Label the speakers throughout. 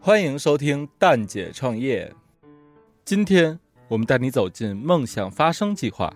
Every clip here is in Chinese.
Speaker 1: 欢迎收听蛋姐创业。今天我们带你走进梦想发生计划，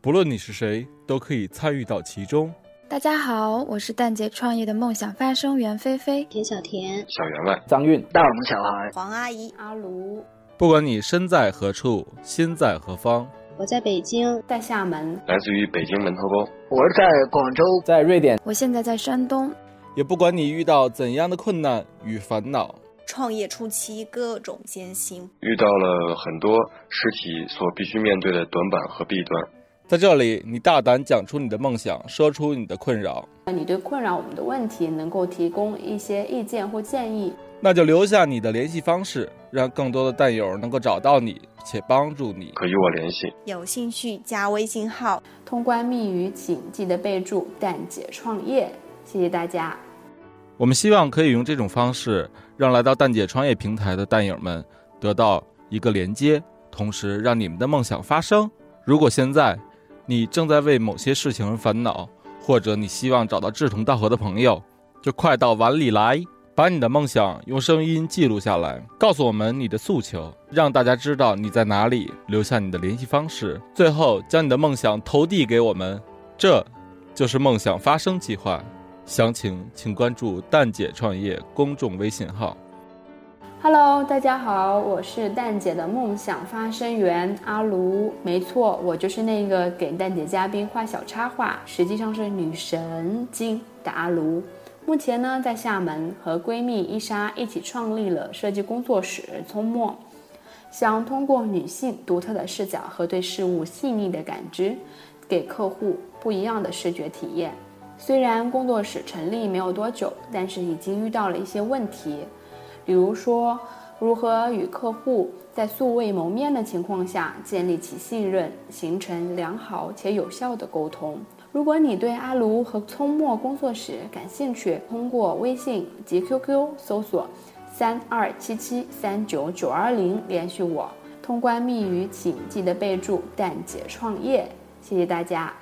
Speaker 1: 不论你是谁，都可以参与到其中。
Speaker 2: 大家好，我是蛋姐创业的梦想发生袁菲菲。
Speaker 3: 田小田、
Speaker 4: 小员外，
Speaker 5: 张韵，
Speaker 6: 大龙小孩，
Speaker 7: 黄阿姨，
Speaker 3: 阿卢，
Speaker 1: 不管你身在何处，心在何方，
Speaker 3: 我在北京，
Speaker 7: 在厦门，
Speaker 4: 来自于北京门头沟，
Speaker 6: 我是在广州，
Speaker 5: 在瑞典，
Speaker 2: 我现在在山东。
Speaker 1: 也不管你遇到怎样的困难与烦恼，
Speaker 7: 创业初期各种艰辛，
Speaker 4: 遇到了很多实体所必须面对的短板和弊端。
Speaker 1: 在这里你大胆讲出你的梦想，说出你的困扰，
Speaker 8: 那你对困扰我们的问题能够提供一些意见或建议。
Speaker 1: 那就留下你的联系方式，让更多的蛋友能够找到你且帮助你。
Speaker 4: 可与我联系，
Speaker 7: 有兴趣加微信号。
Speaker 8: 通关密语请记得备注“蛋姐创业”，谢谢大家。
Speaker 1: 我们希望可以用这种方式，让来到蛋姐创业平台的蛋友们得到一个连接，同时让你们的梦想发生。如果现在你正在为某些事情而烦恼，或者你希望找到志同道合的朋友，就快到碗里来，把你的梦想用声音记录下来，告诉我们你的诉求，让大家知道你在哪里，留下你的联系方式，最后将你的梦想投递给我们。这就是梦想发生计划。详情请关注“蛋姐创业”公众微信号。
Speaker 8: Hello，大家好，我是蛋姐的梦想发声源阿卢。没错，我就是那个给蛋姐嘉宾画小插画，实际上是女神经的阿卢。目前呢，在厦门和闺蜜伊莎一起创立了设计工作室聪墨，想通过女性独特的视角和对事物细腻的感知，给客户不一样的视觉体验。虽然工作室成立没有多久，但是已经遇到了一些问题，比如说如何与客户在素未谋面的情况下建立起信任，形成良好且有效的沟通。如果你对阿卢和聪墨工作室感兴趣，通过微信及 QQ 搜索三二七七三九九二零联系我。通关密语请记得备注“蛋姐创业”，谢谢大家。